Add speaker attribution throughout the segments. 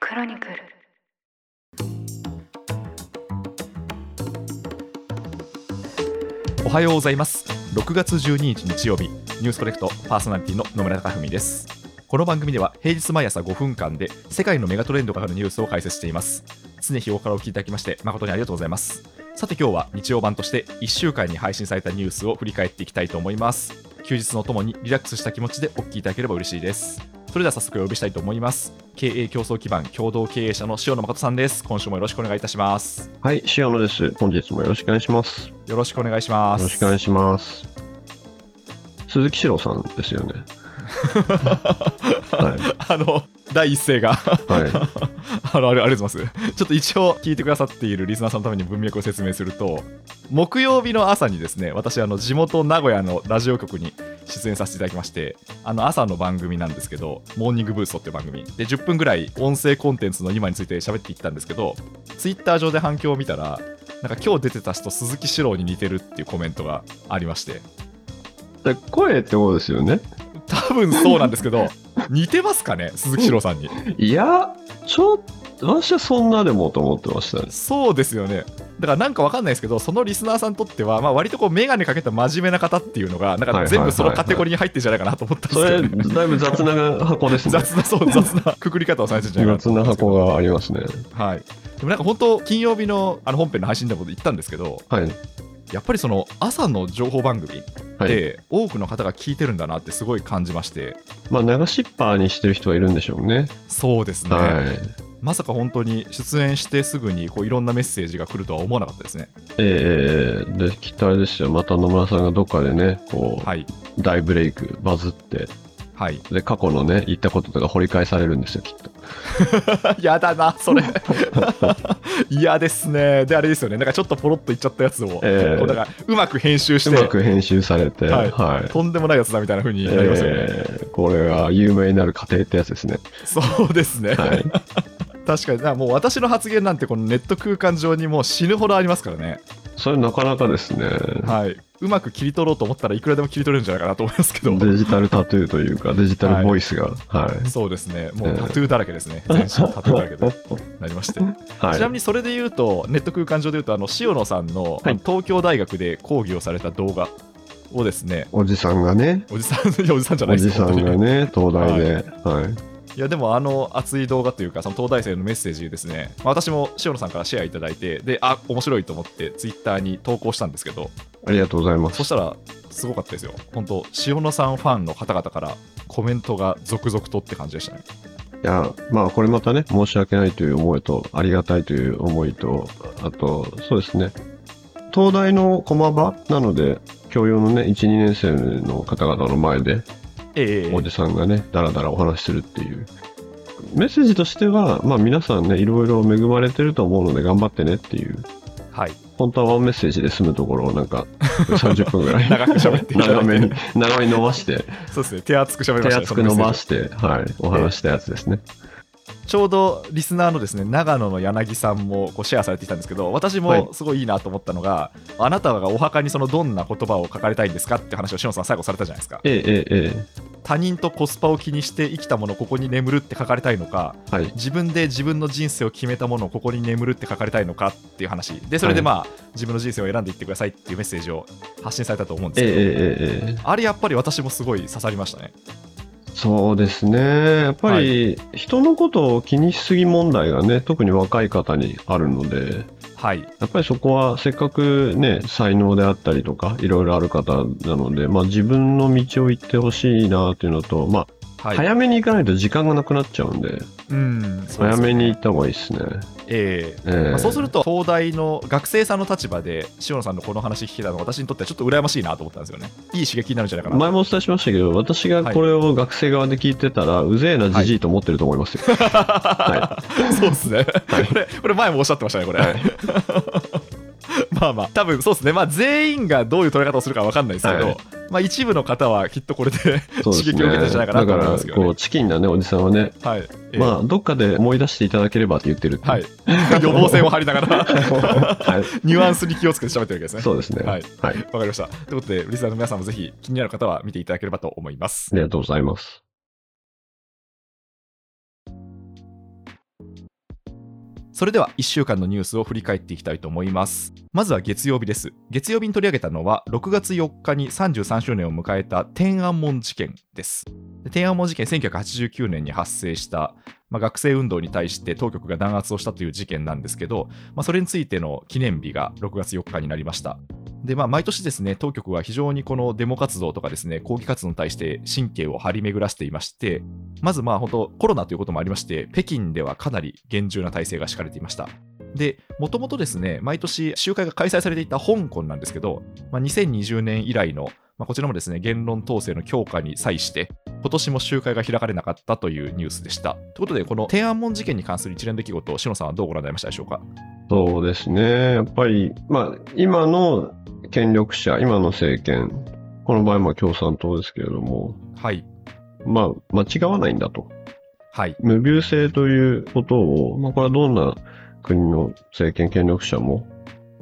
Speaker 1: クロニクル
Speaker 2: おはようございます6月12日日曜日ニュースコネクトパーソナリティの野村貴文ですこの番組では平日毎朝5分間で世界のメガトレンドからのニュースを解説しています常日頃からお聞きいただきまして誠にありがとうございますさて今日は日曜版として1週間に配信されたニュースを振り返っていきたいと思います休日のともにリラックスした気持ちでお聞きいただければ嬉しいですそれでは早速お呼びしたいと思います経営競争基盤共同経営者の塩野誠さんです今週もよろしくお願いいたします
Speaker 3: はい、塩野です。本日もよろしくお願いします。よ
Speaker 2: よろしくお願いします
Speaker 3: ろしくお願いします。鈴木史郎さんです よね。は
Speaker 2: あの第一声が
Speaker 3: い。は
Speaker 2: あのあれありがとうございます。ちょっと一応聞いてくださっているリスナーさんのために文脈を説明すると、木曜日の朝にですね、私、あの地元名古屋のラジオ局に出演させていただきまして、あの朝の番組なんですけど、モーニングブーストっていう番組で、10分ぐらい音声コンテンツの今について喋っていったんですけど、ツイッター上で反響を見たら、なんか今日出てた人、鈴木史郎に似てるっていうコメントがありまして、
Speaker 3: い。で声ってことですよね。
Speaker 2: 多分そうなんですけど、似てますかね、鈴木史郎さんに。
Speaker 3: いや、ちょっと、私はそんなでもと思ってましたね。
Speaker 2: そうですよね。だからなんかわかんないですけど、そのリスナーさんにとっては、まあ、割とこう、メガネかけた真面目な方っていうのが、なん
Speaker 3: はい
Speaker 2: か
Speaker 3: はい
Speaker 2: 全部そのカテゴリーに入ってんじゃないかなと思ったんで
Speaker 3: そ
Speaker 2: すけ
Speaker 3: れ、
Speaker 2: ど、ね
Speaker 3: だいぶ雑な箱ですね。
Speaker 2: 雑な、そう、雑なくくり方をされてるんじゃないか
Speaker 3: 雑な
Speaker 2: なと思ったんですけど
Speaker 3: 箱がありますね。
Speaker 2: はい。でもなんか本当、金曜日のあの本編の配信でも言ったんですけど、
Speaker 3: はい。
Speaker 2: やっぱりその朝の情報番組っ
Speaker 3: はい。
Speaker 2: て、多くの方が聞いてるんだなってすごい感じまして、
Speaker 3: まあ、流しっぱにしてる人はいるんでしょうね。
Speaker 2: そうですね、
Speaker 3: はい。
Speaker 2: まさか本当に出演してすぐにこういろんなメッセージが来るとは思わなかったですね。
Speaker 3: ええで、きっとあれですよ。また野村さんがどっかでね、こう、
Speaker 2: はい。
Speaker 3: 大ブレイク、バズって、
Speaker 2: はい、
Speaker 3: で、過去のね、言ったこととか掘り返されるんですよ、きっと。
Speaker 2: やだな、それ。 嫌ですね。で、あれですよね、なんかちょっとポロッといっちゃったやつを、こ
Speaker 3: ええ
Speaker 2: うなんかうまく編集し
Speaker 3: うま
Speaker 2: て、
Speaker 3: く編集されて、
Speaker 2: は
Speaker 3: はいい。
Speaker 2: とんでもないやつだみたいな風に
Speaker 3: え
Speaker 2: なりますよね。
Speaker 3: ーこれが有名になる過程ってやつですね。
Speaker 2: そうですね。
Speaker 3: はい。
Speaker 2: 確かに、だからもう私の発言なんて、このネット空間上にもう死ぬほどありますからね。
Speaker 3: それなかなかですね。
Speaker 2: はいうまく切り取ろうと思ったらいくらでも切り取れるんじゃないかなと思いますけど。
Speaker 3: デジタルタトゥーというか、デジタルボイスが、は
Speaker 2: そうですね、もう
Speaker 3: ええ
Speaker 2: タトゥーだらけですね、全身タトゥーだらけ
Speaker 3: い。
Speaker 2: となりまして、
Speaker 3: は
Speaker 2: ちなみ
Speaker 3: い。
Speaker 2: にそれで言うと、ネット空間上で言うと、あの塩野さんの、
Speaker 3: はい
Speaker 2: 東京大学で講義をされた動画をですね、
Speaker 3: おじさんがね、
Speaker 2: おじさん、いやおじさんじゃな
Speaker 3: お
Speaker 2: いで
Speaker 3: じ
Speaker 2: す
Speaker 3: さ
Speaker 2: よ
Speaker 3: んが
Speaker 2: 本
Speaker 3: ね、東大で、はい。
Speaker 2: 当にいや、でもあの熱い動画というか、その東大生のメッセージですね、まあ私も塩野さんからシェアいただいて、で、あ、面白いと思って、ツイッターに投稿したんですけど、
Speaker 3: ありがとうございま
Speaker 2: そ
Speaker 3: す。
Speaker 2: したら、すごかったですよ。本当塩野さんファンの方々からコメントが続々とって感じでしたね。
Speaker 3: いや、まあ、これまたね、申し訳ないという思いと、ありがたいという思いと、あと、そうですね、東大の駒場なので、教養のね、1、2年生の方々の前で、
Speaker 2: ええ
Speaker 3: おじさんがね、だらだらお話しするっていう。メッセージとしては、まあ皆さんね、いろいろ恵まれてると思うので頑張ってねっていう。
Speaker 2: はい。
Speaker 3: 本当はワンメッセージで済むところをなんか30分ぐらい
Speaker 2: 長く喋っていただい
Speaker 3: 長
Speaker 2: て
Speaker 3: めに、 長めに伸ば して、
Speaker 2: そうですね、手厚く喋りま
Speaker 3: 手
Speaker 2: したね
Speaker 3: 厚く伸ば
Speaker 2: そのメッセージ
Speaker 3: して、はい、お話したやつですね。
Speaker 2: ちょうどリスナーのですね長野の柳さんもこうシェアされていたんですけど私
Speaker 3: はい
Speaker 2: もすごいいいなと思ったのが、あなたがお墓にそのどんな言葉を書かれたいんですかって話をしのさん最後されたじゃないですか
Speaker 3: えええええ
Speaker 2: 他人とコスパを気にして生きたものをここに眠るって書かれたいのか
Speaker 3: えはい。
Speaker 2: 自分で自分の人生を決めたものをここに眠るって書かれたいのかっていう話でそれでまあ、自分の人生を選んでいってくださいっていうメッセージを発信されたと思うんで
Speaker 3: え
Speaker 2: す
Speaker 3: え
Speaker 2: けど、
Speaker 3: ええええ
Speaker 2: あれやっぱり私もすごい刺さりましたね
Speaker 3: そうですね。やっぱり人のことを気にしすぎ問題がね、特に若い方にあるので、
Speaker 2: はい
Speaker 3: やっぱりそこはせっかくね、才能であったりとか、いろいろある方なので、まあ自分の道を行ってほしいなっていうのと、まあ
Speaker 2: はい
Speaker 3: 早めに行かないと時間がなくなっちゃうんで、
Speaker 2: うんそうで
Speaker 3: 早
Speaker 2: すね
Speaker 3: めに行った方がいいですね。
Speaker 2: ええ
Speaker 3: ええ
Speaker 2: まあ、そうすると東大の学生さんの立場で塩野さんのこの話聞けたのが私にとってはちょっと羨ましいなと思ったんですよねいい刺激になるんじゃないかな
Speaker 3: 前もお伝えしましたけど、私がこれを学生側で聞いてたら、うぜえなじじいと思ってると思いますよ。は
Speaker 2: そうですね、これこれ前もおっしゃってましたねこれ、
Speaker 3: はい
Speaker 2: まあまあ多分そうですねまあ全員がどういう捉え方をするかわかんないですけど、
Speaker 3: はい
Speaker 2: まあ一部の方はきっとこれで
Speaker 3: そうで
Speaker 2: 刺
Speaker 3: すね。
Speaker 2: 激を受けたんじゃないかなと思いますけどね
Speaker 3: だから、こう、チキンなね、おじさんはね、
Speaker 2: はい、えー
Speaker 3: まあ、どっかで思い出していただければって言ってるってう
Speaker 2: はい予防線を張りながら
Speaker 3: は
Speaker 2: ニュアンスに気をつけて喋ってるわけです
Speaker 3: い。
Speaker 2: ね
Speaker 3: そうですね。
Speaker 2: はい
Speaker 3: はい。
Speaker 2: わかりましたということでリスナーの皆さんもぜひ気になる方は見ていただければと思います
Speaker 3: ありがとうございます。
Speaker 2: それでは1週間のニュースを振り返っていきたいと思います。まずは月曜日です。月曜日に取り上げたのは、6月4日に33周年を迎えた天安門事件です。で天安門事件、1989年に発生した、まあ、学生運動に対して当局が弾圧をしたという事件なんですけど、まあ、それについての記念日が6月4日になりました。で、まあ、毎年ですね、当局は非常にこのデモ活動とかですね、抗議活動に対して神経を張り巡らしていまして、まずまあ本当コロナということもありまして、北京ではかなり厳重な体制が敷かれていました。で、もともとですね、毎年集会が開催されていた香港なんですけど、まあ、2020年以来の、まあ、こちらもですね、言論統制の強化に際して、今年も集会が開かれなかったというニュースでした。ということで、この天安門事件に関する一連の出来事を、しのさんはどうご覧になりましたでしょうか。
Speaker 3: そうですね、やっぱり、まあ、今の権力者、今の政権、この場合、まあ共産党ですけれども、
Speaker 2: はい、
Speaker 3: まあ、間違わないんだと、
Speaker 2: はい、
Speaker 3: 無謬性ということを、まあ、これはどんな国の政権、権力者も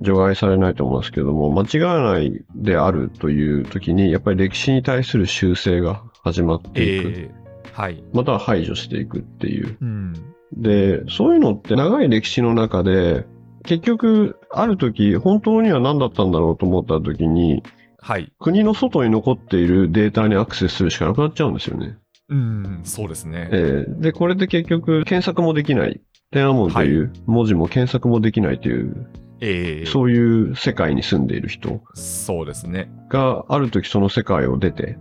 Speaker 3: 除外されないと思うんですけども、間違わないであるというときに、やっぱり歴史に対する修正が始まっていく、
Speaker 2: えー、はい、
Speaker 3: または排除していくっていう。
Speaker 2: うん、
Speaker 3: で、そういうのって長い歴史の中で、結局、ある時、本当には何だったんだろうと思った時に、
Speaker 2: はい、
Speaker 3: 国の外に残っているデータにアクセスするしかなくなっちゃうんですよね。
Speaker 2: うん、そうですね。
Speaker 3: えーで、これで結局、検索もできない。天安門という文字も検索もできないという、
Speaker 2: えー、
Speaker 3: そういう世界に住んでいる人
Speaker 2: そうですね。
Speaker 3: が、ある時その世界を出て、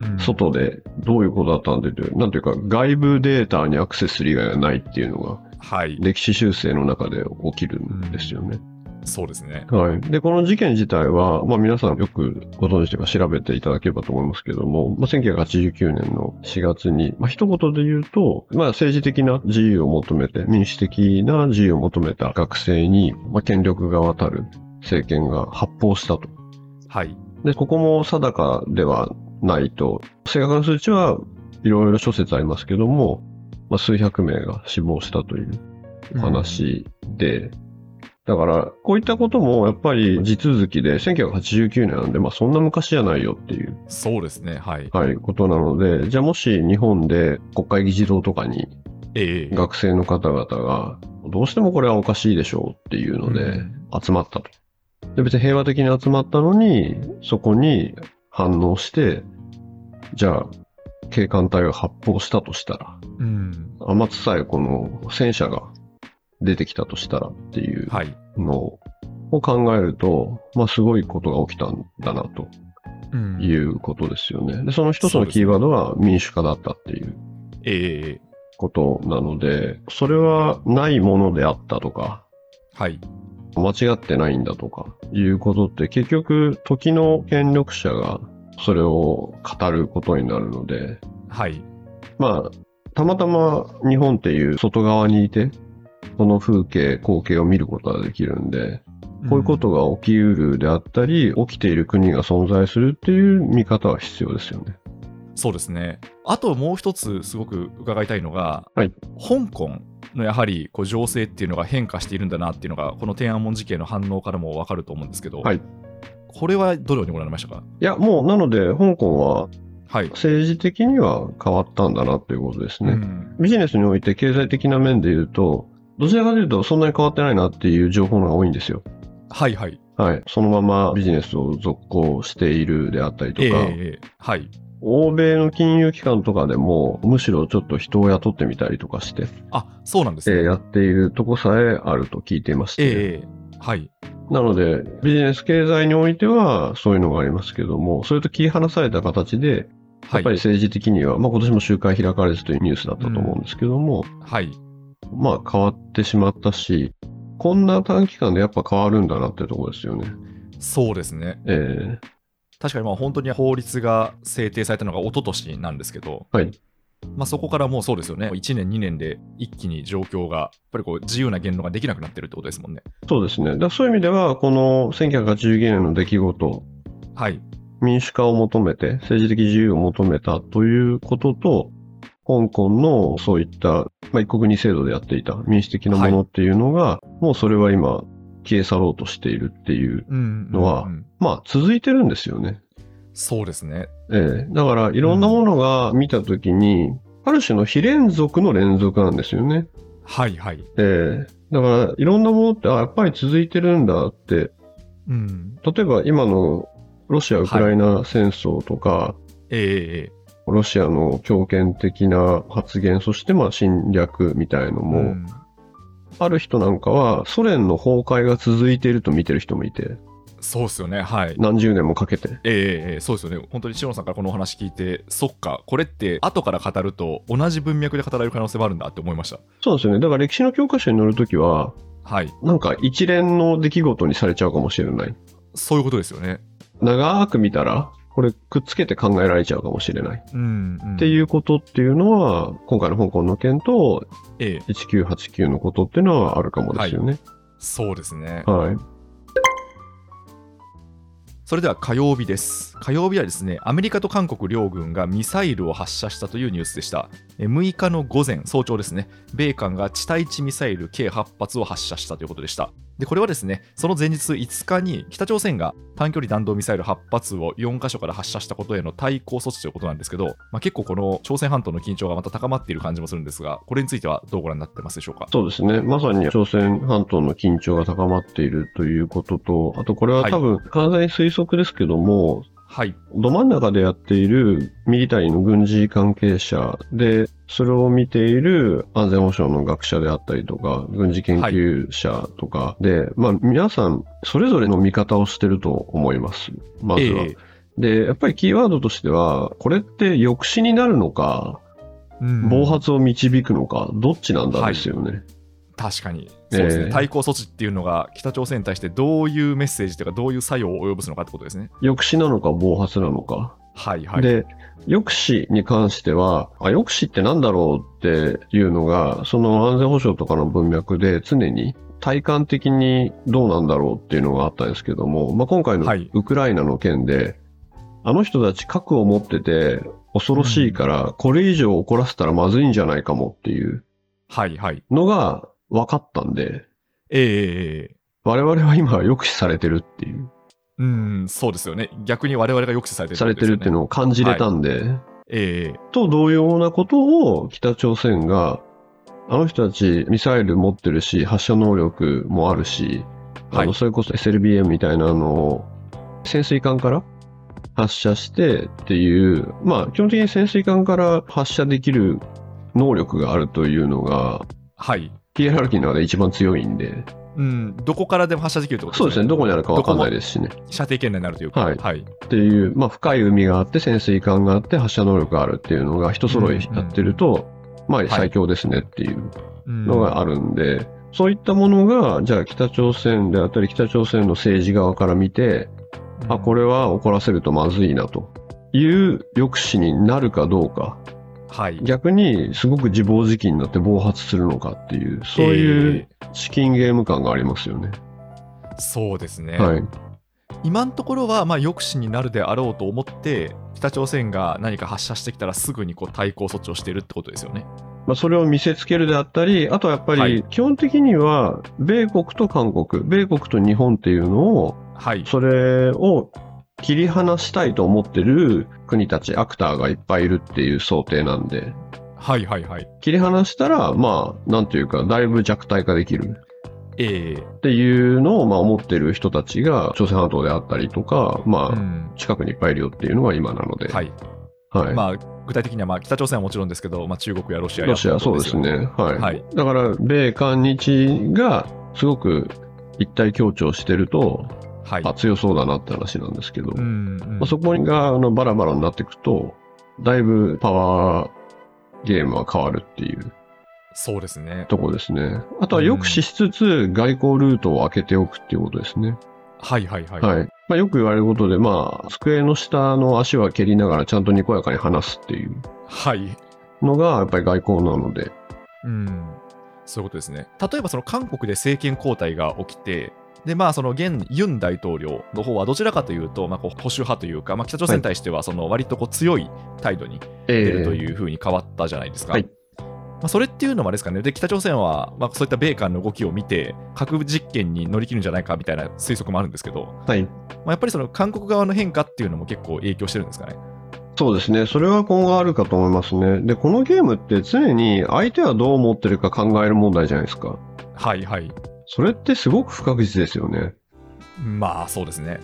Speaker 2: うん
Speaker 3: 外でどういうことだったんだという、なんていうか、外部データにアクセスする以外はないっていうのが、
Speaker 2: はい、
Speaker 3: 歴史修正の中で起きるんですよね。
Speaker 2: そうですね。
Speaker 3: はい。で、この事件自体は、まあ皆さんよくご存知というか調べていただければと思いますけども、まあ1989年の4月に、まあ一言で言うと、まあ政治的な自由を求めて、民主的な自由を求めた学生に、まあ権力が渡る政権が発砲したと。
Speaker 2: はい、
Speaker 3: で、ここも定かではないと、正確な数値はいろいろ諸説ありますけども、まあ数百名が死亡したという話で、だから、こういったこともやっぱり地続きで、1989年なんで、まあそんな昔じゃないよっていう、
Speaker 2: そうですね。はい。
Speaker 3: はい、ことなので、じゃあもし日本で国会議事堂とかに
Speaker 2: ええ
Speaker 3: 学生の方々が、どうしてもこれはおかしいでしょうっていうの
Speaker 2: う
Speaker 3: で
Speaker 2: ん、
Speaker 3: 集まったと。で、別に平和的に集まったのに、そこに反応して、じゃあ、警官隊が発砲したとしたら、
Speaker 2: うん。
Speaker 3: 天津さえこの戦車が出てきたとしたらっていう
Speaker 2: はい。
Speaker 3: のを考えると、まあ、すごいことが起きたんだなと
Speaker 2: うん
Speaker 3: いうことですよね。で、その一つのキーワードは民主化だったっていう
Speaker 2: ええ
Speaker 3: ことなので、それはないものであったとか、
Speaker 2: はい。
Speaker 3: 間違ってないんだとかいうことって、結局、時の権力者がそれを語ることになるので、
Speaker 2: はい。
Speaker 3: まあ、たまたま日本っていう外側にいて、この風景、光景を見ることができるんで、こういうことが起きうるであったり、起きている国が存在するっていう見方は必要ですよね。
Speaker 2: うんそうですね。あともう一つ、すごく伺いたいのが、
Speaker 3: はい
Speaker 2: 香港のやはりこう情勢っていうのが変化しているんだなっていうのが、この天安門事件の反応からも分かると思うんですけど、
Speaker 3: はい
Speaker 2: これはどのようにご覧になりましたか
Speaker 3: いや、もう、なので、香港は
Speaker 2: はい。
Speaker 3: 政治的には変わったんだなっていうことです
Speaker 2: う
Speaker 3: ね。
Speaker 2: ん
Speaker 3: ビジネスにおいて経済的な面で言うと、どちらかというとそんなに変わってないなっていう情報の方が多いんですよ。
Speaker 2: はいはい。
Speaker 3: はい。そのままビジネスを続行しているであったりと
Speaker 2: ええ
Speaker 3: か、
Speaker 2: ええはい。
Speaker 3: 欧米の金融機関とかでも、むしろちょっと人を雇ってみたりとかして、
Speaker 2: あ、そうなんです
Speaker 3: えー
Speaker 2: ね。
Speaker 3: やっているとこさえあると聞いていまして、
Speaker 2: ええはい。
Speaker 3: なので、ビジネス経済においてはそういうのがありますけども、それと切り離された形で、
Speaker 2: は
Speaker 3: やっ
Speaker 2: い
Speaker 3: ぱり。政治的には、まあ今年も集会開かれずというニュースだったと思うんですけども、
Speaker 2: はい。
Speaker 3: まあ変わってしまったし、こんな短期間でやっぱ変わるんだなってところですよね。
Speaker 2: そうですね。
Speaker 3: えー
Speaker 2: 確かにまあ本当に法律が制定されたのが一昨年なんですけど、
Speaker 3: はい
Speaker 2: まあ、そこからもうそうですよね、1年、2年で一気に状況が、やっぱりこう自由な言論ができなくなってるってことですもんね。
Speaker 3: そうですね。だからそういう意味では、この1982年の出来事、
Speaker 2: はい、
Speaker 3: 民主化を求めて、政治的自由を求めたということと、香港のそういった、まあ、一国二制度でやっていた民主的なものっていうのが、もうそれは今消え去ろうとしているっていう、
Speaker 2: うん
Speaker 3: のはまあ続いてるんですよね。
Speaker 2: そうですね。
Speaker 3: ええ、だからいろんなものが見たときに、ある種の非連続の連続なんですよね。
Speaker 2: はいはい。
Speaker 3: えーだから、いろんなものって、あ、やっぱり続いてるんだって、
Speaker 2: うん。
Speaker 3: 例えば今のロシア・ウクライナ戦争とか、
Speaker 2: ええ
Speaker 3: ロシアの強権的な発言、そしてまあ侵略みたいの
Speaker 2: ええ
Speaker 3: も、
Speaker 2: うん
Speaker 3: ある人なんかはソ連の崩壊が続いていると見てる人もいて、
Speaker 2: そうですよね。はい。
Speaker 3: 何十年もかけて。
Speaker 2: ええええそうですよね。本当に篠野さんからこのお話聞いて、そっか、これって後から語ると同じ文脈で語られる可能性もあるんだって思いました。
Speaker 3: そうですよね。だから歴史の教科書に載るときは、
Speaker 2: はい。
Speaker 3: なんか一連の出来事にされちゃうかもしれない。
Speaker 2: そういうことですよね。
Speaker 3: 長く見たら、これくっつけて考えられちゃうかもしれない。
Speaker 2: うん、うん。
Speaker 3: って
Speaker 2: う。
Speaker 3: いうことっていうのは、今回の香港の件と
Speaker 2: ええ
Speaker 3: 1989のことっていうのはあるかもですよね。
Speaker 2: そうですね。
Speaker 3: はい。
Speaker 2: それでは火曜日です。火曜日はですね、アメリカと韓国両軍がミサイルを発射したというニュースでした。え6日の午前、早朝ですね、米韓が地対地ミサイル計8発を発射したということでした。で、これはですね、その前日5日に北朝鮮が短距離弾道ミサイル8発を4箇所から発射したことへの対抗措置ということなんですけど、まあ、結構この朝鮮半島の緊張がまた高まっている感じもするんですが、これについてはどうご覧になってますでしょうか。
Speaker 3: そうですね。まさに朝鮮半島の緊張が高まっているということと、あとこれは多分、完全に推測ですけども、
Speaker 2: はい。
Speaker 3: ど真ん中でやっているミリタリーの軍事関係者で、それを見ている安全保障の学者であったりとか、軍事研究者とかで、まあ皆さん、それぞれの見方をしてると思います。まずは。
Speaker 2: ええ
Speaker 3: で、やっぱりキーワードとしては、これって抑止になるのか、
Speaker 2: うん
Speaker 3: 暴発を導くのか、どっちなんだですよね。
Speaker 2: 確かに、そうですね、
Speaker 3: えー
Speaker 2: 対抗措置っていうのが北朝鮮に対してどういうメッセージというか、どういう作用を及ぼすのかってことですね。
Speaker 3: 抑止なのか暴発なのか。
Speaker 2: はいはい。
Speaker 3: で、抑止に関しては、あ抑止ってなんだろうっていうのが、その安全保障とかの文脈で常に体感的にどうなんだろうっていうのがあったんですけども、まあ、今回の
Speaker 2: はい
Speaker 3: ウクライナの件で、あの人たち核を持ってて恐ろしいから、これ以上怒らせたらまずいんじゃないかもっていう
Speaker 2: はいはい。
Speaker 3: のが分かったんで、
Speaker 2: ええ
Speaker 3: 我々は今抑止されてるっていう、
Speaker 2: うん、そうですよね。逆に我々が抑制されてる
Speaker 3: されてるっていう
Speaker 2: の。
Speaker 3: のを感じれたんで、
Speaker 2: ええ
Speaker 3: と同様なことを北朝鮮が、あの人たちミサイル持ってるし、発射能力もあるし、あ
Speaker 2: は
Speaker 3: の
Speaker 2: い
Speaker 3: それこそ SLBM みたいなのを潜水艦から発射してっていう、まあ基本的に潜水艦から発射できる能力があるというのが、
Speaker 2: はい。
Speaker 3: ヒエラルキーの中で一番強いんで、
Speaker 2: うん、どこからでも発射できるってこと
Speaker 3: そうですね、どこにあるかわかんない
Speaker 2: で
Speaker 3: ですしね。
Speaker 2: す。射程圏内になるというか。
Speaker 3: はい
Speaker 2: はい。
Speaker 3: っていう、まあ、深い海があって潜水艦があって発射能力があるっていうのが一揃いやってると、
Speaker 2: い
Speaker 3: まあ最強ですねっていう
Speaker 2: うん
Speaker 3: のがあるんで、そういったものが、じゃあ北朝鮮であったり、北朝鮮の政治側から見て、あ、こ
Speaker 2: れ。
Speaker 3: れは怒らせるとまずいなという抑止になるかどうか、
Speaker 2: はい。
Speaker 3: 逆にすごく自暴自棄になって暴発するのかっていう、そういう
Speaker 2: え
Speaker 3: 資金ゲーム感がありますよね。
Speaker 2: えそうですね。
Speaker 3: はい。
Speaker 2: 今のところはまあ抑止になるであろうと思って、北朝鮮が何か発射してきたらすぐにこう対抗措置をしているってことですよね。
Speaker 3: まあ、それを見せつけるであったり、あとはやっぱ
Speaker 2: は
Speaker 3: り
Speaker 2: い
Speaker 3: 基本的には、米国と韓国、米国と日本っていうのを、
Speaker 2: はい。
Speaker 3: それを切り離したいと思ってる国たち、アクターがいっぱいいるっていう想定なんで、
Speaker 2: はいはいはい。
Speaker 3: 切り離したら、まあ、なんというか、だいぶ弱体化できる
Speaker 2: ええ
Speaker 3: っていうのを、まあ、思ってる人たちが、朝鮮半島であったりとか、ま
Speaker 2: う
Speaker 3: あ、
Speaker 2: ん
Speaker 3: 近くにいっぱいいるよっていうのが今なので、
Speaker 2: はい
Speaker 3: はい
Speaker 2: まあ、具体的にはまあ北朝鮮はもちろんですけど、まあ、中国やロシアや
Speaker 3: ロシア、そうですね。はい。
Speaker 2: はい
Speaker 3: だから、米韓日がすごく一体強調してると、
Speaker 2: はい
Speaker 3: あ強そうだなって話なんですけど、
Speaker 2: うんうん
Speaker 3: まあ、そこがあのバラバラになっていくと、だいぶパワーゲームは変わるっていう
Speaker 2: そうですね。
Speaker 3: とこですね。あとは抑止しつつ、外交ルートを開けておくっていうことですね。
Speaker 2: はいはいはい。
Speaker 3: はい。まあ、よく言われることで、まあ、机の下の足は蹴りながらちゃんとにこやかに話すっていう
Speaker 2: はい
Speaker 3: のが、やっぱり外交なので、
Speaker 2: うん、そういうことですね。例えばその韓国で政権交代が起きて、でまあ、その現ユン大統領の方はどちらかというと、まあ、こう保守派というか、まあ、北朝鮮に対してはその割とこう強い態度に
Speaker 3: え
Speaker 2: 出ると
Speaker 3: う。
Speaker 2: いうふうに変わったじゃないですか。
Speaker 3: はい
Speaker 2: まあ、それっていうのもあれですかね、で北朝鮮は、まあ、そういった米韓の動きを見て、核実験に乗り切るんじゃないかみたいな推測もあるんですけど、
Speaker 3: はい。
Speaker 2: まあ、やっぱりその韓国側の変化っていうのも結構影響してるんですかね。
Speaker 3: そうですね。それは今後あるかと思いますね。で、このゲームって常に相手はどう思ってるか考える問題じゃないですか。
Speaker 2: はいはい。
Speaker 3: それってすごく不確実ですよね。
Speaker 2: まあ、そうですね。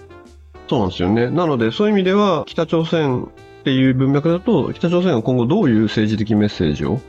Speaker 3: そうなんですよね。なので、そういう意味では、北朝鮮っていう文脈だと、北朝鮮が今後どういう政治的メッセージを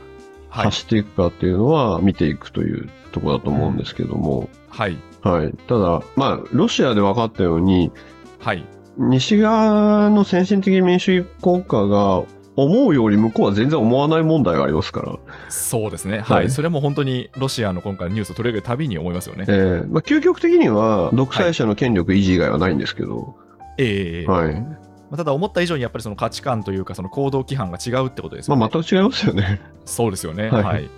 Speaker 2: はい
Speaker 3: 発。していくかっていうのは見ていくというところだと思うんですけども、
Speaker 2: はい。
Speaker 3: はい。ただ、まあ、ロシアで分かったように、
Speaker 2: はい。
Speaker 3: 西側の先進的民主主義国家が思うより向こうは全然思わない問題がありますから、
Speaker 2: そうですね。はい。
Speaker 3: はい
Speaker 2: それも本当にロシアの今回のニュースを取り上げるたびに思いますよね。
Speaker 3: えーまあ、究極的には独裁者の権力維持以外はないんですけど、
Speaker 2: ええ
Speaker 3: はい
Speaker 2: まあ、ただ思った以上にやっぱりその価値観というかその行動規範が違うってことですよね。
Speaker 3: まあ、全く違いますよ ね。
Speaker 2: そうですよね。は。
Speaker 3: はいい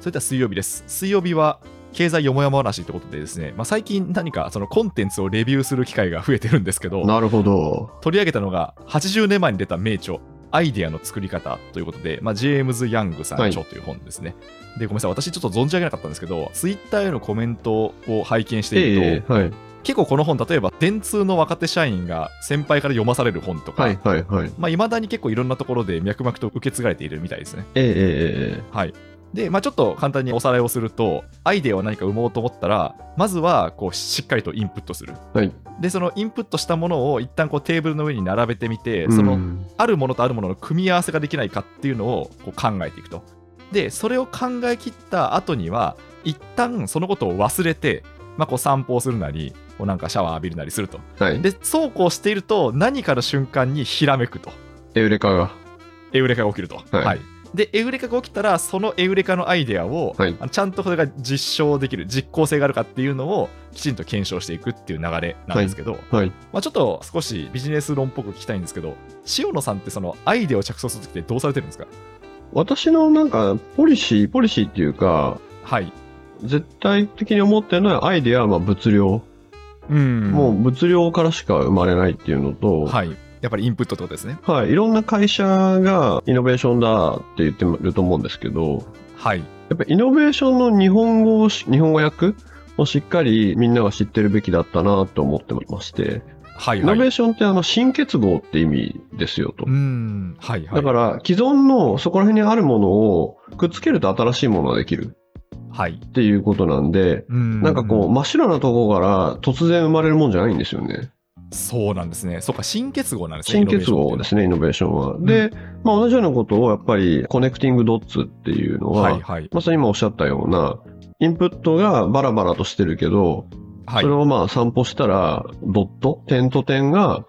Speaker 2: それでは水曜日です。水曜日は経済よもやま話ってことでですね、まあ、最近何かそのコンテンツをレビューする機会が増えてるんですけど、
Speaker 3: なるほど。
Speaker 2: 取り上げたのが80年前に出た名著、アイディアの作り方ということで、まあ、ジェームズ・ヤングさん
Speaker 3: はい
Speaker 2: 著という本ですね。で、ごめんなさい、私ちょっと存じ上げなかったんですけど、ツイッターへのコメントを拝見していると、
Speaker 3: ええはい、
Speaker 2: 結構この本、例えば電通の若手社員が先輩から読まされる本とか、
Speaker 3: はい、はい、はい。
Speaker 2: まあ、未だに結構いろんなところで脈々と受け継がれているみたいですね。
Speaker 3: えええええ
Speaker 2: はい。で、まあ、ちょっと簡単におさらいをすると、アイデアを何か生もうと思ったら、まずはこうしっかりとインプットする。
Speaker 3: えはい。
Speaker 2: で、そのインプットしたものを一旦こうテーブルの上に並べてみて、
Speaker 3: うん
Speaker 2: そのあるものとあるものの組み合わせができないかっていうのをこう考えていくと。で、それを考え切った後には、一旦そのことを忘れて、まあ、こう散歩をするなり、こうなんかシャワー浴びるなりすると。
Speaker 3: はい。
Speaker 2: で、そうこうしていると、何かの瞬間にひらめくと。
Speaker 3: エウレカが。
Speaker 2: エウレカが起きると。は
Speaker 3: はいい
Speaker 2: で、エウレカが起きたら、そのエウレカのアイデアを、
Speaker 3: はい
Speaker 2: あのちゃんとそれが実証できる、実効性があるかっていうのをきちんと検証していくっていう流れなんですけど、
Speaker 3: はい。
Speaker 2: まあ、ちょっと少しビジネス論っぽく聞きたいんですけど、塩野さんってそのアイデアを着想するときってどうされてるんですか
Speaker 3: 私のなんか、ポリシー、ポリシーっていうか、
Speaker 2: はい。
Speaker 3: 絶対的に思ってるのはアイデアはまあ物量、
Speaker 2: うん
Speaker 3: もう物量からしか生まれないっていうのと、はい
Speaker 2: はい。やっぱりインプットってことですね。
Speaker 3: い、ろんな会社がイノベーションだって言ってると思うんですけど
Speaker 2: はい。
Speaker 3: やっぱイノベーションの日本語をし日本語訳をしっかりみんなが知ってるべきだったなと思ってまして
Speaker 2: はい、
Speaker 3: イノ
Speaker 2: は
Speaker 3: ベ
Speaker 2: い。
Speaker 3: ーションってあの新結合って意味ですよと
Speaker 2: う。ん。はい、はい。
Speaker 3: だから既存のそこら辺にあるものをくっつけると新しいものができる
Speaker 2: はい。
Speaker 3: っていうことなんで、
Speaker 2: うん
Speaker 3: なんかこう真っ白なとこから突然生まれるもんじゃないんですよね。
Speaker 2: そうなんですね。そうか、新結合なんですね。
Speaker 3: 新結合です
Speaker 2: ね。
Speaker 3: ね、イノベーションは。で、まあ、同じようなことをやっぱりコネクティングドッツっていうのは、
Speaker 2: はい、はい。
Speaker 3: まさに今おっしゃったような、インプットがバラバラとしてるけど、
Speaker 2: は
Speaker 3: そ
Speaker 2: い。
Speaker 3: れをまあ散歩したら、ドット、点と点が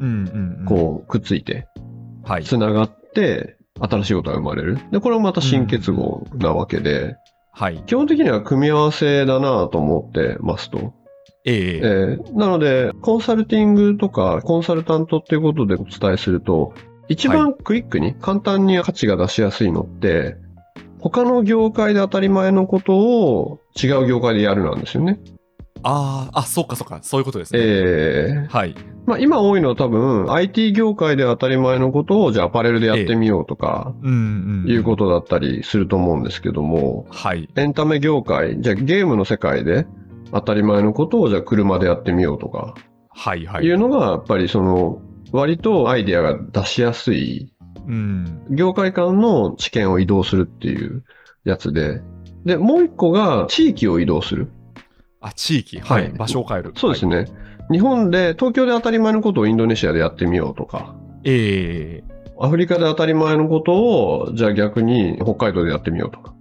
Speaker 2: うん、うん。うん
Speaker 3: こうくっついて、
Speaker 2: はい。
Speaker 3: つながって、新しいことが生まれる。で、これもまた新結合なわけで、
Speaker 2: はい。
Speaker 3: 基本的には組み合わせだなと思ってますと。
Speaker 2: ええ
Speaker 3: えーなので、コンサルティングとか、コンサルタントっていうことでお伝えすると、一番クイックに簡単に価値が出しやすいのって、他の業界で当たり前のことを違う業界でやるなんですよね。
Speaker 2: ああ、あ、そうか、そうか。そういうことですね。
Speaker 3: えー
Speaker 2: はい。
Speaker 3: まあ、今多いのは多分 IT 業界で当たり前のことをじゃあアパレルでやってみようとか
Speaker 2: うん、うん。
Speaker 3: いうことだったりすると思うんですけども、
Speaker 2: はい。
Speaker 3: エンタメ業界、じゃあゲームの世界で当たり前のことをじゃあ車でやってみようとか、
Speaker 2: はい、はい。
Speaker 3: いうのが、やっぱりその、割とアイデアが出しやすい、
Speaker 2: うん。
Speaker 3: 業界間の知見を移動するっていうやつで、で、もう一個が地域を移動する。
Speaker 2: あ、地域。はい。
Speaker 3: はい
Speaker 2: 場所を変える。
Speaker 3: そうです
Speaker 2: ね。
Speaker 3: ね。日本で、東京で当たり前のことをインドネシアでやってみようとか、
Speaker 2: ええ
Speaker 3: アフリカで当たり前のことを、じゃあ逆に北海道でやってみようとか、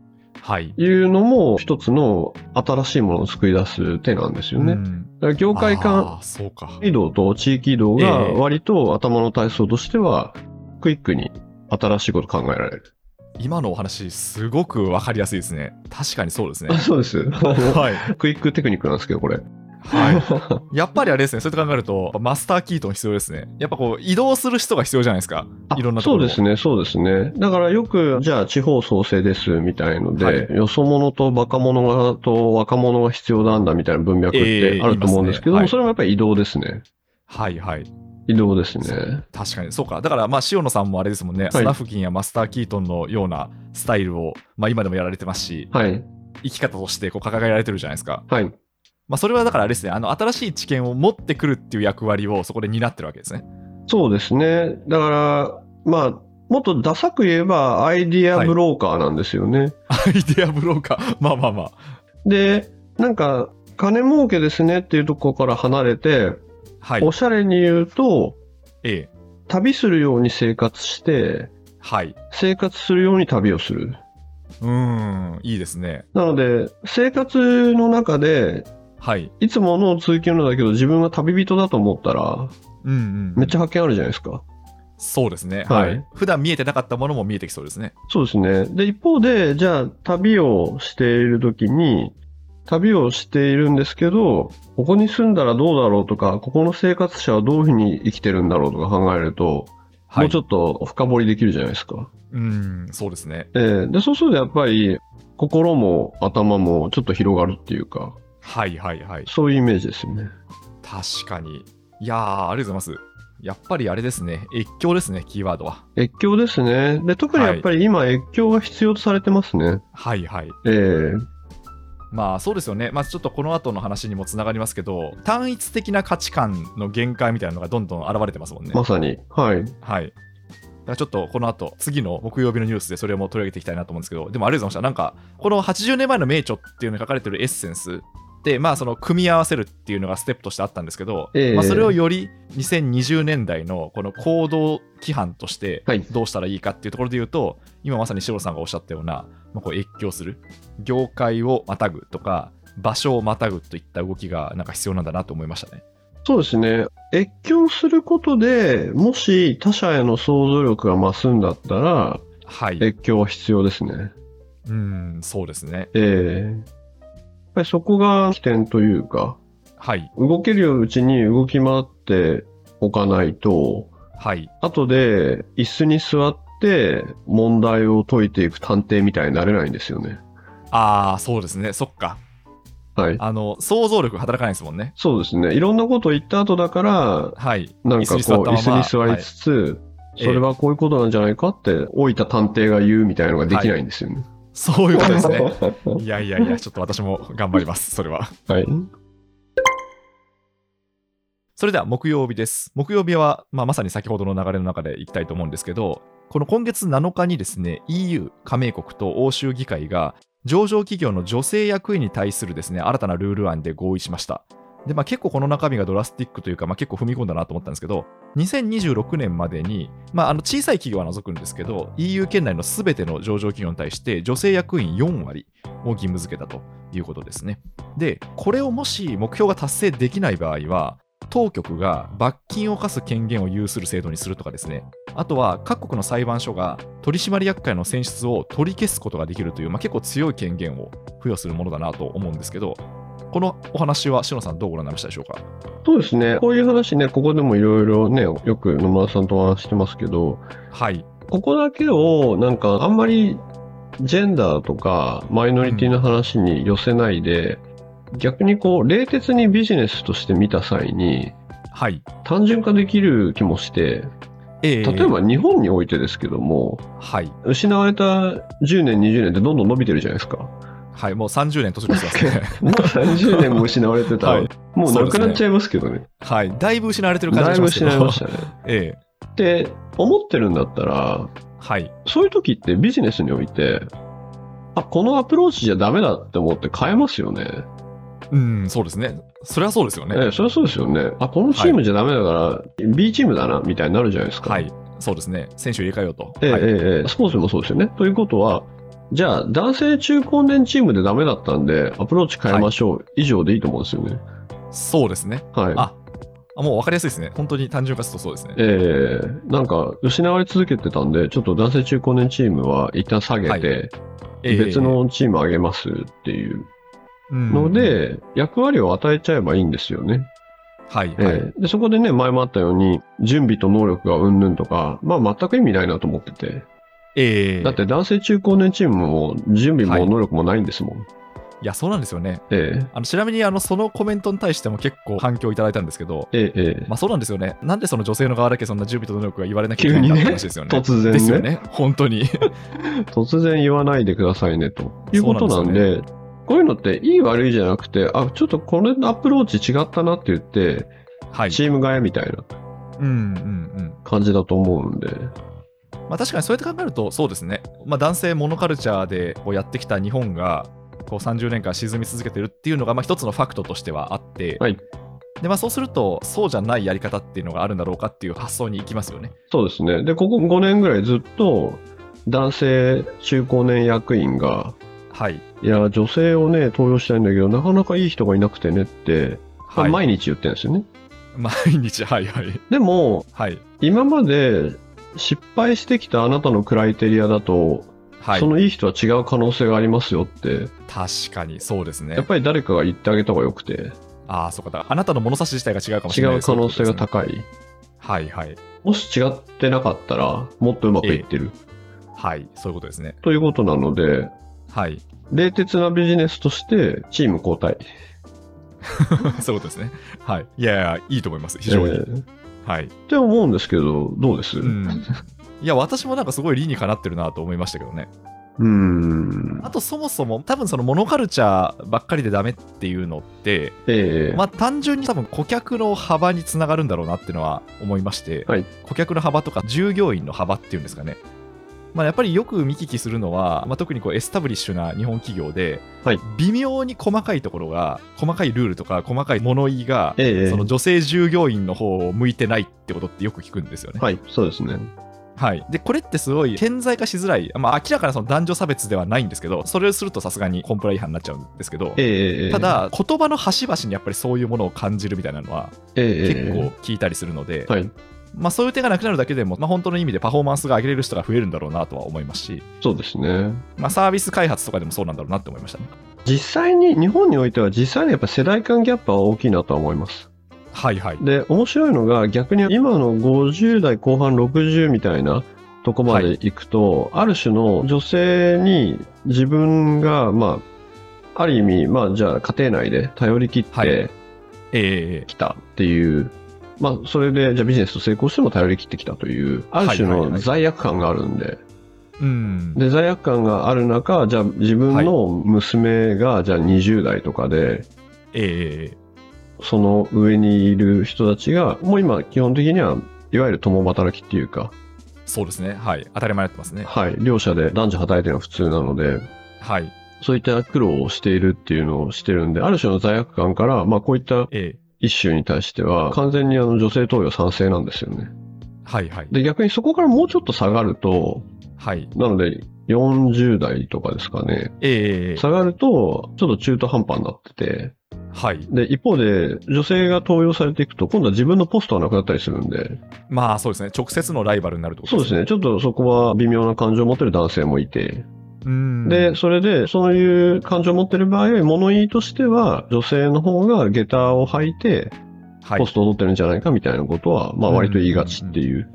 Speaker 2: はい。
Speaker 3: いうのも一つの新しいものを作り出す手なんですよね。
Speaker 2: う
Speaker 3: だ
Speaker 2: ん
Speaker 3: から業界間
Speaker 2: あーそうか。
Speaker 3: 移動と地域移動が
Speaker 2: ええ
Speaker 3: 割と頭の体操としてはクイックに新しいこと考えられる。
Speaker 2: 今のお話、すごくわかりやすいですね。確かにそう ですね
Speaker 3: あ。そうです。
Speaker 2: はい。
Speaker 3: クイックテクニックなんですけど、これ。
Speaker 2: はい。やっぱりあれですね、そうやって考えると、マスターキートン必要ですね。やっぱこう、移動する人が必要じゃないですか。いろんなとこ
Speaker 3: そう
Speaker 2: ろを
Speaker 3: ですね、そうですね。だからよく、じゃあ地方創生ですみたいので、
Speaker 2: はい
Speaker 3: よそ者とバカ者がと若者が必要なんだみたいな文脈っ
Speaker 2: ええ
Speaker 3: てあると思うんですけど
Speaker 2: 言いますねはい
Speaker 3: それもやっぱり移動ですね。
Speaker 2: はいはい。
Speaker 3: 移動ですね。
Speaker 2: 確かに、そうか。だから、まあ、塩野さんもあれですもんね、
Speaker 3: い
Speaker 2: スナフキンやマスターキートンのようなスタイルを、まあ、今でもやられてますし、
Speaker 3: はい、
Speaker 2: 生き方としてこう掲げられてるじゃないですか。
Speaker 3: はい。
Speaker 2: まあ、それはだからあれですね、あの新しい知見を持ってくるっていう役割をそこで担ってるわけですね。
Speaker 3: そうですね。だから、まあ、もっとダサく言えば、アイディアブローカーなんですよね。
Speaker 2: アイデアブローカー、 まあまあまあ。
Speaker 3: で、なんか、金儲けですねっていうところから離れて、
Speaker 2: はい
Speaker 3: お。しゃれに言うと、
Speaker 2: ええ。
Speaker 3: 旅するように生活して、
Speaker 2: はい。
Speaker 3: 生活するように旅をする。
Speaker 2: うーん、いいですね。
Speaker 3: なので、生活の中で、
Speaker 2: はい。
Speaker 3: いつものを追求なんだけど、自分が旅人だと思ったら、
Speaker 2: うんうん、
Speaker 3: めっち
Speaker 2: ゃ。
Speaker 3: ゃ発見あるじゃないですか。
Speaker 2: そうですね。は
Speaker 3: はい
Speaker 2: い。普段見えてなかったものも見えてきそうですね。
Speaker 3: そうですね。で、一方で、じゃあ、旅をしているときに、旅をしているんですけど、ここに住んだらどうだろうとか、ここの生活者はどういうふうに生きてるんだろうとか考えると、
Speaker 2: はい。
Speaker 3: もうちょっと深掘りできるじゃないですか。
Speaker 2: うーん、そうですね。
Speaker 3: ええで、そうするとやっぱり、心も頭もちょっと広がるっていうか、
Speaker 2: はいはいはい。
Speaker 3: そういうイメージですよね。
Speaker 2: 確かに。いやー、ありがとうございます。やっぱりあれですね、越境ですね、キーワードは。
Speaker 3: 越境ですね。で、特にやっぱり今、越境が必要とされてますね。
Speaker 2: はいはい。
Speaker 3: ええ
Speaker 2: まあそうですよね、まあ、ちょっとこの後の話にもつながりますけど、単一的な価値観の限界みたいなのがどんどん現れてますもんね。
Speaker 3: まさに。はい。
Speaker 2: はい。だからちょっとこの後次の木曜日のニュースでそれも取り上げていきたいなと思うんですけど、でもありがとうございました。なんか、この80年前の名著っていうのに書かれてるエッセンスで、まあ、その組み合わせるっていうのがステップとしてあったんですけど、
Speaker 3: ええ
Speaker 2: まあ、それをより2020年代のこの行動規範として
Speaker 3: はい
Speaker 2: どうしたらいいかっていうところで言うと、今まさにシロさんがおっしゃったような、まあ、こう越境する、業界をまたぐとか、場所をまたぐといった動きがなんか必要なんだなと思いましたね。
Speaker 3: そうですね。越境することで、もし他者への想像力が増すんだったら、
Speaker 2: はい。
Speaker 3: 越境は必要ですね。
Speaker 2: うん、そうですね。
Speaker 3: ええやっぱりそこが起点というか、
Speaker 2: はい。
Speaker 3: 動けるうちに動き回っておかないと、
Speaker 2: はい。
Speaker 3: 後で椅子に座って問題を解いていく探偵みたいになれないんですよね。
Speaker 2: ああ、そうですね。そっか。
Speaker 3: はい。
Speaker 2: あの、想像力働かないですもんね。
Speaker 3: そうですね。いろんなこと言った後だから、
Speaker 2: はい。
Speaker 3: なんかこう、椅子に座
Speaker 2: まま
Speaker 3: りつつ、
Speaker 2: い
Speaker 3: それはこういうことなんじゃないかって、老いた探偵が言うみたいなのができないんですよね。
Speaker 2: はいそういうことです ね。
Speaker 3: はい
Speaker 2: やいやいや、ちょっと私も頑張ります、それは。
Speaker 3: い。
Speaker 2: それでは木曜日です。木曜日は、まあ、まさに先ほどの流れの中でいきたいと思うんですけど、この今月7日にですね、EU 加盟国と欧州議会が、上場企業の女性役員に対するですね、新たなルール案で合意しました。で、まあ、結構この中身がドラスティックというか、まあ、結構踏み込んだなと思ったんですけど、2026年までに、まあ、あの小さい企業は除くんですけど、EU 圏内のすべての上場企業に対して、女性役員4割を義務付けたということですね。で、これをもし目標が達成できない場合は、当局が罰金を課す権限を有する制度にするとかですね、あとは各国の裁判所が取締役会の選出を取り消すことができるという、まあ、結構強い権限を付与するものだなと思うんですけど、このお話は、しのさん、どうご覧になりましたでしょうか。
Speaker 3: そうですね。こういう話ね、ここでもいろいろね、よく野村さんとお話してますけど、
Speaker 2: はい、
Speaker 3: ここだけを、なんかあんまりジェンダーとかマイノリティの話に寄せないで、逆にこう、冷徹にビジネスとして見た際に、
Speaker 2: はい、
Speaker 3: 単純化できる気もして、
Speaker 2: え
Speaker 3: 例えば日本においてですけども、
Speaker 2: はい、
Speaker 3: 失われた10年、20年ってどんどん伸びてるじゃないですか。
Speaker 2: はい、もう30年年越して ますね。
Speaker 3: もう30年も失われてたら、
Speaker 2: はい
Speaker 3: もうなくなっちゃいますけどね。
Speaker 2: はい、だいぶ失われてる感じ
Speaker 3: だ
Speaker 2: が
Speaker 3: い
Speaker 2: し
Speaker 3: ぶ
Speaker 2: ますけど。
Speaker 3: 失われましたね。
Speaker 2: ええ
Speaker 3: って思ってるんだったら、
Speaker 2: はい、
Speaker 3: そういう時ってビジネスにおいて、あ、このアプローチじゃダメだって思って変えますよね。
Speaker 2: うん、そうですね。それはそうですよね。
Speaker 3: ええ、そりゃそうですよね。あ、このチームじゃダメだから、B チームだな、みたいになるじゃないですか。
Speaker 2: はい、そうですね。選手を入れ替えようと。
Speaker 3: ええ
Speaker 2: はい
Speaker 3: ええええスポーツでもそうですよね。ということは、じゃあ、男性中高年チームでダメだったんで、アプローチ変えましょう、以上でいいと思うんですよね。
Speaker 2: そうですね。
Speaker 3: はい。
Speaker 2: ああもう分かりやすいですね。本当に単純化するとそうですね。
Speaker 3: えー、なんか失われ続けてたんで、ちょっと男性中高年チームは一旦下げて、
Speaker 2: ええ
Speaker 3: 別のチーム上げますっていう
Speaker 2: の
Speaker 3: の、で、役割を与えちゃえばいいんですよね。
Speaker 2: はい、
Speaker 3: え
Speaker 2: はい、
Speaker 3: ーでそこでね、前もあったように、準備と能力がうんぬんとか、まあ全く意味ないなと思ってて、
Speaker 2: ええ
Speaker 3: だって男性中高年チームも準備
Speaker 2: は
Speaker 3: も
Speaker 2: い
Speaker 3: 能力もないんですもん。
Speaker 2: いや、そうなんですよね。
Speaker 3: えー
Speaker 2: あのちなみにあの、そのコメントに対しても結構反響いただいたんですけど、
Speaker 3: えーえー
Speaker 2: まあそうなんですよね。なんでその女性の側だけそんな準備と能力が言われなきゃいけないんだって話ですよね。
Speaker 3: 突然
Speaker 2: ですよ
Speaker 3: ね
Speaker 2: ね、本当に。
Speaker 3: 突然言わないでくださいねということなんで、こういうのっていい悪いじゃなくて、あ、ちょっとこれのアプローチ違ったなって言って、
Speaker 2: はい。
Speaker 3: チーム替えみたいな
Speaker 2: うんうんうん。
Speaker 3: 感じだと思うんで。
Speaker 2: まあ、確かにそうやって考えると、そうですね、まあ、男性モノカルチャーでこうやってきた日本がこう30年間沈み続けてるっていうのが、まあ、一つのファクトとしてはあって、
Speaker 3: はい
Speaker 2: でまあ、そうすると、そうじゃないやり方っていうのがあるんだろうかっていう発想に行きますよね。
Speaker 3: そうですね。で、ここ5年ぐらいずっと男性中高年役員が、
Speaker 2: はい。
Speaker 3: いや、女性をね、登用したいんだけど、なかなかいい人がいなくてねって、まあ
Speaker 2: はい、
Speaker 3: 毎日言ってるんですよね。
Speaker 2: 毎日、はいはい。
Speaker 3: でも、
Speaker 2: はい。
Speaker 3: 今まで失敗してきたあなたのクライテリアだと、
Speaker 2: はい
Speaker 3: そ、のいい人は違う可能性がありますよって、
Speaker 2: 確かにそうですね
Speaker 3: やっ。ぱり誰かが言ってあげた方がよくて、
Speaker 2: ああ、そうか、だからあなたの物差し自体が違うかもし
Speaker 3: 違
Speaker 2: れない。
Speaker 3: う可能性が
Speaker 2: い。
Speaker 3: 高い。
Speaker 2: はいはい。
Speaker 3: もし違ってなかったら、もっとうまくいってる、
Speaker 2: はい、そういうことですね。
Speaker 3: ということなので、
Speaker 2: はい。
Speaker 3: 冷徹なビジネスとしてチーム交代。
Speaker 2: そういうことですね。はい。いやいや、いいと思います。非常に。
Speaker 3: えーっ
Speaker 2: はい。
Speaker 3: て思うんですけど、どうです
Speaker 2: うん、いや私もなんかすごい理にかなってるなと思いましたけどね
Speaker 3: うん
Speaker 2: あとそもそも多分そのモノカルチャーばっかりでダメっていうのって
Speaker 3: ええ
Speaker 2: まあ単純に多分顧客の幅につながるんだろうなっていうのは思いまして、
Speaker 3: はい
Speaker 2: 顧客の幅とか従業員の幅っていうんですかねまあ、やっぱりよく見聞きするのは、まあ、特にこうエスタブリッシュな日本企業で、
Speaker 3: はい
Speaker 2: 微妙に細かいところが細かいルールとか細かい物言いが、
Speaker 3: ええ
Speaker 2: その女性従業員の方を向いてないってことってよく聞くんですよね。
Speaker 3: はい、そうですね。
Speaker 2: はい、でこれってすごい顕在化しづらい、まあ、明らかなその男女差別ではないんですけどそれをするとさすがにコンプラ違反になっちゃうんですけど、
Speaker 3: ええ
Speaker 2: た、だ言葉の端々にやっぱりそういうものを感じるみたいなのは
Speaker 3: え
Speaker 2: 結
Speaker 3: え
Speaker 2: 構聞いたりするので、
Speaker 3: はい、
Speaker 2: まあ、そういう手がなくなるだけでも、まあ、本当の意味でパフォーマンスが上げれる人が増えるんだろうなとは思いますし、
Speaker 3: そうですね。
Speaker 2: まあ、サービス開発とかでもそうなんだろうなって思いましたね。
Speaker 3: 実際に、日本においては実際にやっぱ世代間ギャップは大きいなとは思います。
Speaker 2: はいはい、
Speaker 3: で、面白いのが逆に今の50代後半60みたいなとこまで行くと、ある種の女性に自分が、まあ、ある意味、まあ、じゃあ家庭内で頼り切っ
Speaker 2: はい
Speaker 3: て
Speaker 2: え
Speaker 3: きたっていう、まあ、それで、じゃあビジネスと成功しても頼り切ってきたという、ある種
Speaker 2: はいはいは
Speaker 3: の
Speaker 2: い
Speaker 3: 罪悪感があるんで、
Speaker 2: ー、うん
Speaker 3: で、罪悪感がある中、じゃあ自分の娘が、じゃあ20代とかで、
Speaker 2: えー
Speaker 3: その上にいる人たちが、もう今、基本的には、いわゆる共働きっていうか、
Speaker 2: そうですね、はい、当たり前になってますね。
Speaker 3: はい、両者で男女働いてるのが普通なので、
Speaker 2: はい、
Speaker 3: そういった苦労をしているっていうのをしてるんで、ある種の罪悪感から、まあこういった
Speaker 2: えー
Speaker 3: 一種に対しては、完全にあの女性投与賛成なんですよね。
Speaker 2: はいはい、
Speaker 3: で、逆にそこからもうちょっと下がると、
Speaker 2: はい、
Speaker 3: なので、40代とかですかね。
Speaker 2: えー
Speaker 3: 下がると、ちょっと中途半端になってて。
Speaker 2: はい、
Speaker 3: で、一方で、女性が登用されていくと、今度は自分のポストがなくなったりするんで。
Speaker 2: まあそうですね、直接のライバルになるってこ
Speaker 3: そ
Speaker 2: と
Speaker 3: うですね。ちょっとそこは微妙な感情を持ってる男性もいて。
Speaker 2: うん
Speaker 3: で、それで、そういう感情を持ってる場合、物言いとしては、女性の方が下駄を履いて、
Speaker 2: はい
Speaker 3: ポ、ストを取ってるんじゃないかみたいなことは、まあ割と言いがちっていう。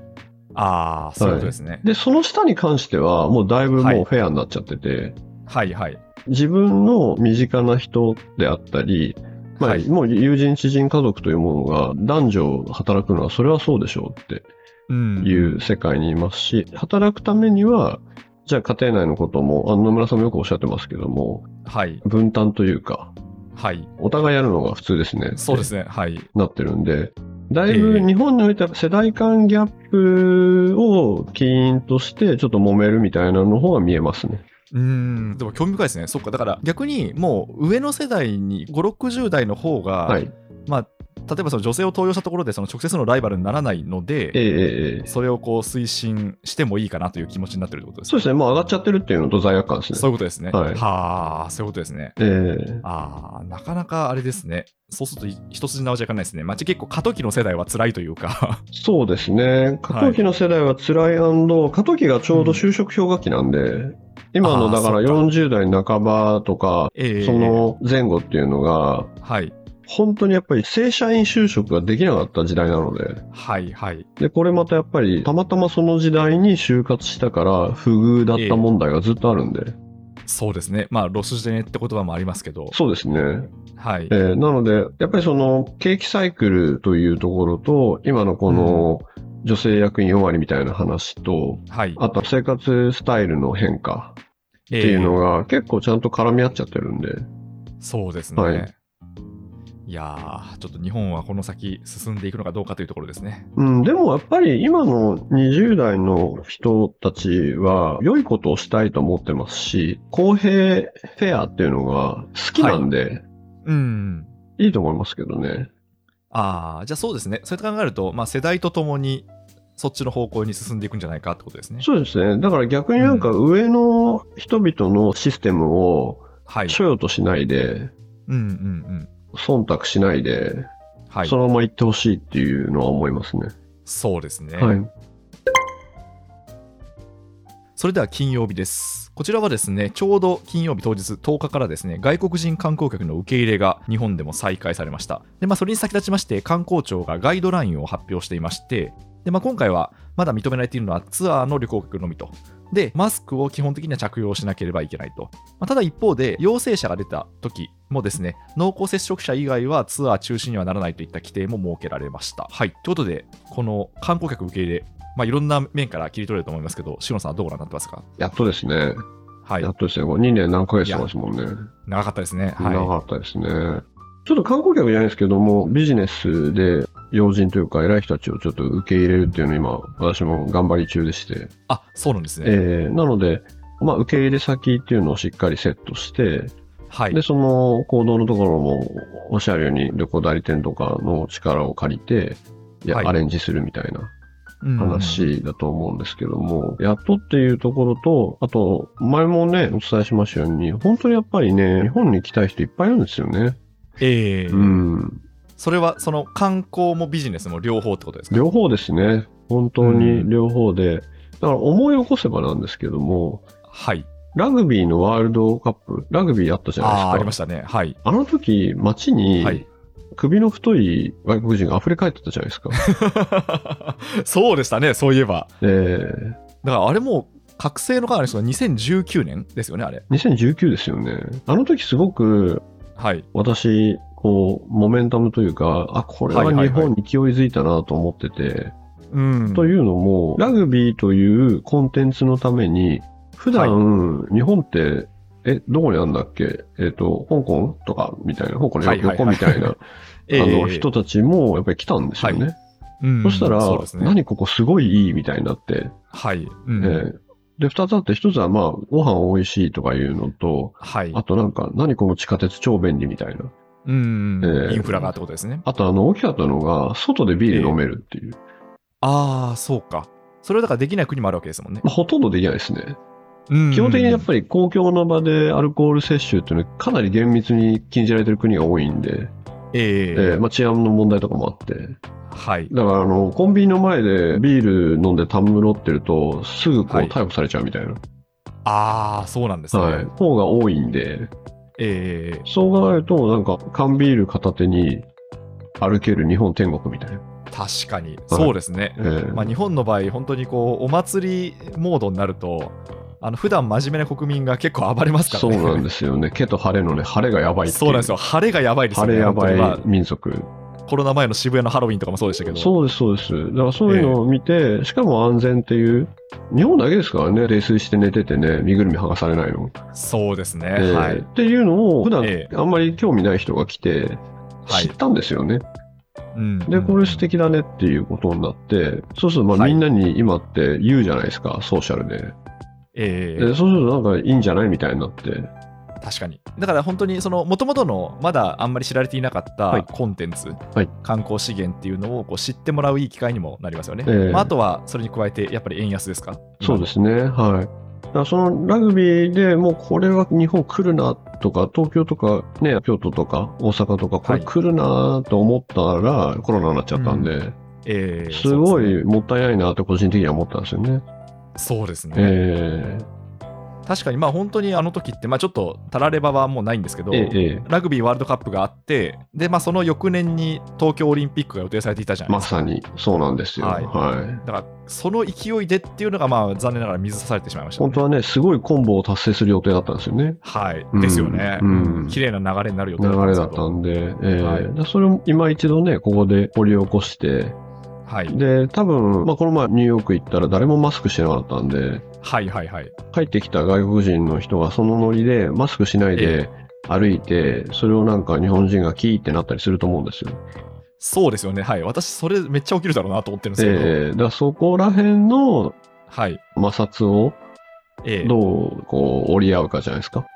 Speaker 2: ああ、そういうことですね。
Speaker 3: で、その下に関しては、もうだいぶ
Speaker 2: は
Speaker 3: も
Speaker 2: いう
Speaker 3: フェアになっちゃってて、
Speaker 2: はいはい。
Speaker 3: 自分の身近な人であったり、まあ、
Speaker 2: はい
Speaker 3: もう友人、知人、家族というものが男女働くのはそれはそうでしょうって
Speaker 2: うん
Speaker 3: いう世界にいますし、働くためには、じゃあ家庭内のことも、あの野村さんもよくおっしゃってますけども、
Speaker 2: はい
Speaker 3: 分担というか、
Speaker 2: はい。
Speaker 3: お互いやるのが普通ですね。。
Speaker 2: そうですす ね。はい。
Speaker 3: なってるんで、だいぶ
Speaker 2: ええ
Speaker 3: 日本においては世代間ギャップを起因としてちょっと揉めるみたいなの方が見えますね。
Speaker 2: うん。でも興味深いですね。そっか。だから逆にもう上の世代に5、60代の方が、
Speaker 3: はい。
Speaker 2: まあ、例えばその女性を登用したところでその直接のライバルにならないの
Speaker 3: え
Speaker 2: で、
Speaker 3: えええええ。
Speaker 2: それをこう推進してもいいかなという気持ちになってるってことです
Speaker 3: そうですね。もう上がっちゃってるっていうのと罪悪感ですね。
Speaker 2: そういうことですね。
Speaker 3: はい
Speaker 2: はあ、そういうことですね。
Speaker 3: ええ
Speaker 2: ああ、なかなかあれですね。そうするとい一筋縄じゃいかないですね。まあ、結構過渡期の世代は辛いというか。
Speaker 3: そうですね。過渡期の世代は辛い、過渡期がちょうど就職氷河期なんで、今
Speaker 2: あ
Speaker 3: の
Speaker 2: ー
Speaker 3: だから
Speaker 2: そっか
Speaker 3: 40代半ばとか、
Speaker 2: ええ
Speaker 3: その前後っていうのが、
Speaker 2: はい。
Speaker 3: 本当にやっぱり正社員就職ができなかった時代なので、
Speaker 2: はいはい。
Speaker 3: で、これまたやっぱり、たまたまその時代に就活したから、不遇だった問題がずっとあるんで、
Speaker 2: そうですね。まあ、ロスジェネって言葉もありますけど、
Speaker 3: そうですね。
Speaker 2: はい
Speaker 3: え。ーなので、やっぱりその、景気サイクルというところと、今のこの、女性役員4割みたいな話と、
Speaker 2: はい。
Speaker 3: あと生活スタイルの変化
Speaker 2: え
Speaker 3: っていうのが結構ちゃんと絡み合っちゃってるんで、
Speaker 2: そうですね。
Speaker 3: はい
Speaker 2: い、やー、ちょっと日本はこの先進んでいくのかどうかというところですね。
Speaker 3: うん、でもやっぱり今の20代の人たちは良いことをしたいと思ってますし、公平フェアっていうのが好きなんで、
Speaker 2: うん。
Speaker 3: い、いと思いますけどね。
Speaker 2: ああ、じゃあそうですね。そうやって考えると、まあ、世代とともにそっちの方向に進んでいくんじゃないかってことですね。
Speaker 3: そうですね。だから逆になんか上の人々のシステムを
Speaker 2: はい。
Speaker 3: 所有としないで、
Speaker 2: うんうんうん。
Speaker 3: 忖度しないで、
Speaker 2: はい。
Speaker 3: そのまま行ってほしいっていうのは思いますね。
Speaker 2: そうですね。
Speaker 3: はい。
Speaker 2: それでは金曜日です。こちらはですね、ちょうど金曜日当日10日からですね、外国人観光客の受け入れが日本でも再開されました。で、まあ、それに先立ちまして、観光庁がガイドラインを発表していまして、で、まあ、今回はまだ認められているのはツアーの旅行客のみと。で、マスクを基本的には着用しなければいけないと。まあ、ただ一方で、陽性者が出た時もですね、濃厚接触者以外はツアー中止にはならないといった規定も設けられました。はい。ということで、この観光客受け入れ、まあ、いろんな面から切り取れると思いますけど、志野さんはどうご覧になってますか
Speaker 3: やっとですね。
Speaker 2: はい
Speaker 3: や。っとですね。これ2年何ヶ月とかですもんね。
Speaker 2: 長かったですね。
Speaker 3: 長
Speaker 2: は
Speaker 3: かったですね。ちょっと観光客じゃないですけども、ビジネスで要人というか偉い人たちをちょっと受け入れるっていうのを今、私も頑張り中でして、
Speaker 2: い。あ、そうなんですね。
Speaker 3: えーなので、まあ、受け入れ先っていうのをしっかりセットして、
Speaker 2: はい
Speaker 3: で、。その行動のところも、おっしゃるように旅行代理店とかの力を借りて、いや
Speaker 2: はい
Speaker 3: アレンジするみたいな
Speaker 2: うん
Speaker 3: 話だと思うんですけども、やっとっていうところと、あと、前もね、お伝えしましたように、本当にやっぱりね、日本に来たい人いっぱいいるんですよね。
Speaker 2: ええ
Speaker 3: うん。
Speaker 2: それはその観光もビジネスも両方ってことですか
Speaker 3: 両方ですね。本当
Speaker 2: う
Speaker 3: に
Speaker 2: ん
Speaker 3: 両方で。だから思い起こせばなんですけども、
Speaker 2: はい。
Speaker 3: ラグビーのワールドカップ、ラグビーあったじゃないです
Speaker 2: あ
Speaker 3: か。
Speaker 2: あ、ありましたね。はい。
Speaker 3: あの時、街に
Speaker 2: はい。
Speaker 3: 首の太い外国人が溢れ返ってたじゃないで すか。
Speaker 2: そうでしたね、そういえば。
Speaker 3: で、
Speaker 2: だからあれもう、覚醒のかなりの2019年ですよね、あれ。
Speaker 3: 2019ですよね。あの時すごく
Speaker 2: はい。
Speaker 3: 私、こう、モメンタムというか、あ、これは
Speaker 2: はいはいはい
Speaker 3: 日本に勢いづいたなと思ってて、
Speaker 2: うん。
Speaker 3: というのも、ラグビーというコンテンツのために、普段、日本って、え、どこにあるんだっけえっ、と、香港とかみたいな、香港の
Speaker 2: はいはいはい
Speaker 3: 横みたいな、
Speaker 2: ええ
Speaker 3: あの人たちもやっぱり来たんですよね。
Speaker 2: うん
Speaker 3: そしたら、
Speaker 2: そうですね。
Speaker 3: 何ここすごいいいみたいになって、
Speaker 2: はい。うん
Speaker 3: えーで、二つあって、一つはまあ、ご飯美味しいとかいうのと、
Speaker 2: はい。
Speaker 3: あとなんか、何この地下鉄超便利みたいな。
Speaker 2: うん、
Speaker 3: ええ
Speaker 2: インフラがってことですね。
Speaker 3: あとあの、大きかったのが、外でビール飲めるっていう。
Speaker 2: ああ、そうか。それはだからできない国もあるわけですもんね
Speaker 3: ま。あ、ほとんどできないですね。
Speaker 2: 基
Speaker 3: 基本的にやっぱり公共の場でアルコール摂取っていうのはかなり厳密に禁じられてる国が多いんで、
Speaker 2: り、ええ
Speaker 3: えーまあ、治安の問題とかもあって、
Speaker 2: はい。
Speaker 3: だからあのコンビニの前でビール飲んでたむろってると、すぐこう
Speaker 2: はい
Speaker 3: 逮捕されちゃうみたいな、
Speaker 2: ああ、そうなんですね。
Speaker 3: はい方が多いんで、
Speaker 2: ええ
Speaker 3: そう考えると、なんか缶ビール片手に歩ける日本天国みたいな。
Speaker 2: 確かに、そうですね。
Speaker 3: えー
Speaker 2: まあ、日本の場合、本当にこうお祭りモードになると、あの普段真面目な国民が結構暴れますから
Speaker 3: そう
Speaker 2: ね。
Speaker 3: なんですよね。毛と晴れのね、晴れがやばいってい う。
Speaker 2: そうなんですよ。晴れがやばいですよ
Speaker 3: 晴
Speaker 2: ね。
Speaker 3: れやばい
Speaker 2: 本当に
Speaker 3: 民族。
Speaker 2: まあコロナ前の渋谷のハロウィンとかもそうでしたけど、
Speaker 3: そうです、そうです。だからそういうのを見て、しかも安全っていう、日本だけですからね、冷水して寝ててね、身ぐるみ剥がされないの。
Speaker 2: そうですね。
Speaker 3: えー
Speaker 2: はい
Speaker 3: っ。ていうのを、普段
Speaker 2: え
Speaker 3: あんまり興味ない人が来て、
Speaker 2: はい
Speaker 3: 知ったんですよね。
Speaker 2: うん、
Speaker 3: で、これ素
Speaker 2: して
Speaker 3: 敵だねっていうことになって、そうするとま
Speaker 2: は
Speaker 3: あ
Speaker 2: い
Speaker 3: みんなに今って言うじゃないですか、ソーシャルで。
Speaker 2: ええ
Speaker 3: でそうするとなんかいいんじゃないみたいになって。
Speaker 2: 確かに。だから本当に、そのもともとのまだあんまり知られていなかっ
Speaker 3: はい
Speaker 2: たコンテンツ、
Speaker 3: い
Speaker 2: 観光資源っていうのをこう知ってもらういい機会にもなりますよね。
Speaker 3: ええ
Speaker 2: まあ、あとは、それに加えて、やっぱり円安ですか。
Speaker 3: そうですね、はい。だからそのラグビーでもうこれは日本来るなとか、東京とか、ね、京都とか大阪とか、これ
Speaker 2: はい
Speaker 3: 来るなと思ったらコロナになっちゃったんで、
Speaker 2: ええ
Speaker 3: すご
Speaker 2: そうですね
Speaker 3: いもったいないなって個人的には思ったんですよね。
Speaker 2: そうですね。
Speaker 3: え
Speaker 2: 確かに、まあ本当にあの時って、まあちょっとたらればはもうないんですけど、
Speaker 3: ー、ええええ
Speaker 2: ラグビーワールドカップがあって、で、まあその翌年に東京オリンピックが予定されていたじゃない
Speaker 3: ま
Speaker 2: ですか。
Speaker 3: さにそうなんですよ。
Speaker 2: は
Speaker 3: は。
Speaker 2: いいだから、その勢いでっていうのが、まあ残念ながら水差されてしまいました、ね。
Speaker 3: 本当はね、すごいコンボを達成する予定だったんですよね。
Speaker 2: はい、
Speaker 3: うん
Speaker 2: ですよね。
Speaker 3: うん
Speaker 2: 綺麗な流れになる予定
Speaker 3: 流れだ
Speaker 2: んです
Speaker 3: っ
Speaker 2: けど
Speaker 3: たんで、え
Speaker 2: はい
Speaker 3: ーだからそれを今一度ね、ここで掘り起こして、
Speaker 2: はい、
Speaker 3: で、多分、まあ、この前ニューヨーク行ったら誰もマスクしてなかったんで、
Speaker 2: はいはいはい。
Speaker 3: 帰ってきた外国人の人がそのノリでマスクしないで歩いて、それをなんか日本人がキーってなったりすると思うんですよ。
Speaker 2: そうですよね。はい。私、それめっちゃ起きるだろうなと思ってるんですけど。
Speaker 3: ええだからそこら辺の
Speaker 2: はい。
Speaker 3: 摩擦を
Speaker 2: ええ
Speaker 3: どうこう折り合うかじゃないですか。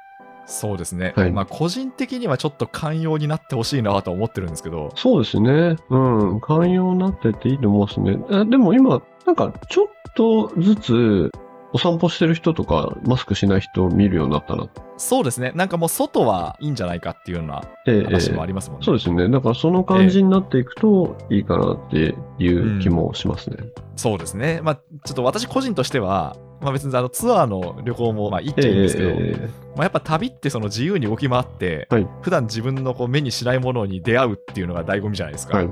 Speaker 2: そうですね。
Speaker 3: はい
Speaker 2: まあ、個人的にはちょっと寛容になってほしいなとは思ってるんですけど。
Speaker 3: そうですね。うん。寛容になってっていいと思いますね。あでも今、なんかちょっとずつお散歩してる人とか、マスクしない人を見るようになったな。
Speaker 2: そうですね。なんかもう外はいいんじゃないかっていうような
Speaker 3: ええ
Speaker 2: 話もありますもんね。
Speaker 3: そうですね。だからその感じになっていくといいかなっていう気もしますね。
Speaker 2: そうですね。まあ、ちょっと私個人としては、まあ、別にあのツアーの旅行もまあいいっちゃいいんですけど、
Speaker 3: え
Speaker 2: まあ、やっぱ旅ってその自由に動き回って、
Speaker 3: はい
Speaker 2: 普段自分のこう目にしないものに出会うっていうのが醍醐味じゃないですか。
Speaker 3: はい。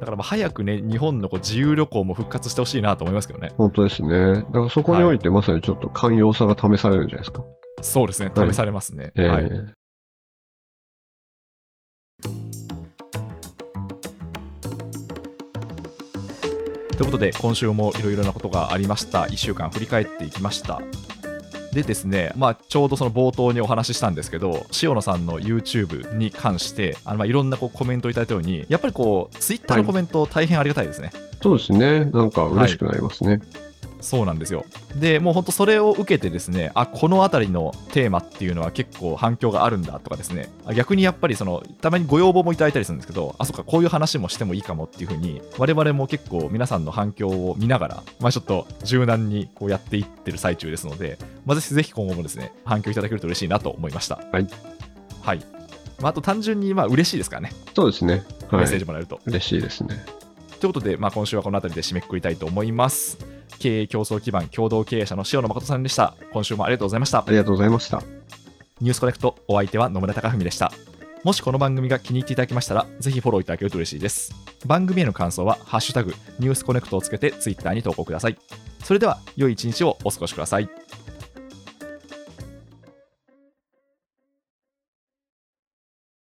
Speaker 2: だからまあ早くね、日本のこう自由旅行も復活してほしいなと思いますけどね。
Speaker 3: 本当ですね。だからそこにおいてまさにちょっと寛容さが試されるんじゃないですか。
Speaker 2: そうですね、
Speaker 3: はい
Speaker 2: 試されますね。
Speaker 3: ええ
Speaker 2: はい、ということで、今週もいろいろなことがありました。1週間振り返っていきました。でですね、まあ、ちょうどその冒頭にお話ししたんですけど、塩野さんの YouTube に関して、あのまあいろんなこうコメントをいただいたように、やっぱりこう、Twitter のコメント、大変ありがたいですね。
Speaker 3: そうですね。なんか嬉しくなりますね。
Speaker 2: そうなんですよ。で、もう本当それを受けてですね、あ、この辺りのテーマっていうのは結構反響があるんだとかですね、あ逆にやっぱりその、たまにご要望もいただいたりするんですけど、あ、そっか、こういう話もしてもいいかもっていうふうに、我々も結構皆さんの反響を見ながら、まあちょっと柔軟にこうやっていってる最中ですので、まあ、ぜひぜひ今後もですね、反響いただけると嬉しいなと思いました。
Speaker 3: はい。
Speaker 2: はい。まあ、あと単純にまあ嬉しいですからね、
Speaker 3: そうですね。は
Speaker 2: メッセージ
Speaker 3: い。
Speaker 2: もらえると。
Speaker 3: 嬉しいですね。
Speaker 2: ということで、まあ、今週はこの辺りで締めくくりたいと思います。経営競争基盤共同経営者の塩野誠さんでした。今週もありがとうございました
Speaker 3: あ。りがとうございました。
Speaker 2: ニュースコネクト、お相手は野村貴文でした。もしこの番組が気に入っていただきましたら、ぜひフォローいただけると嬉しいです。番組への感想は、ハッシュタグ、ニュースコネクトをつけてツイッターに投稿ください。それでは、良い一日をお過ごしください。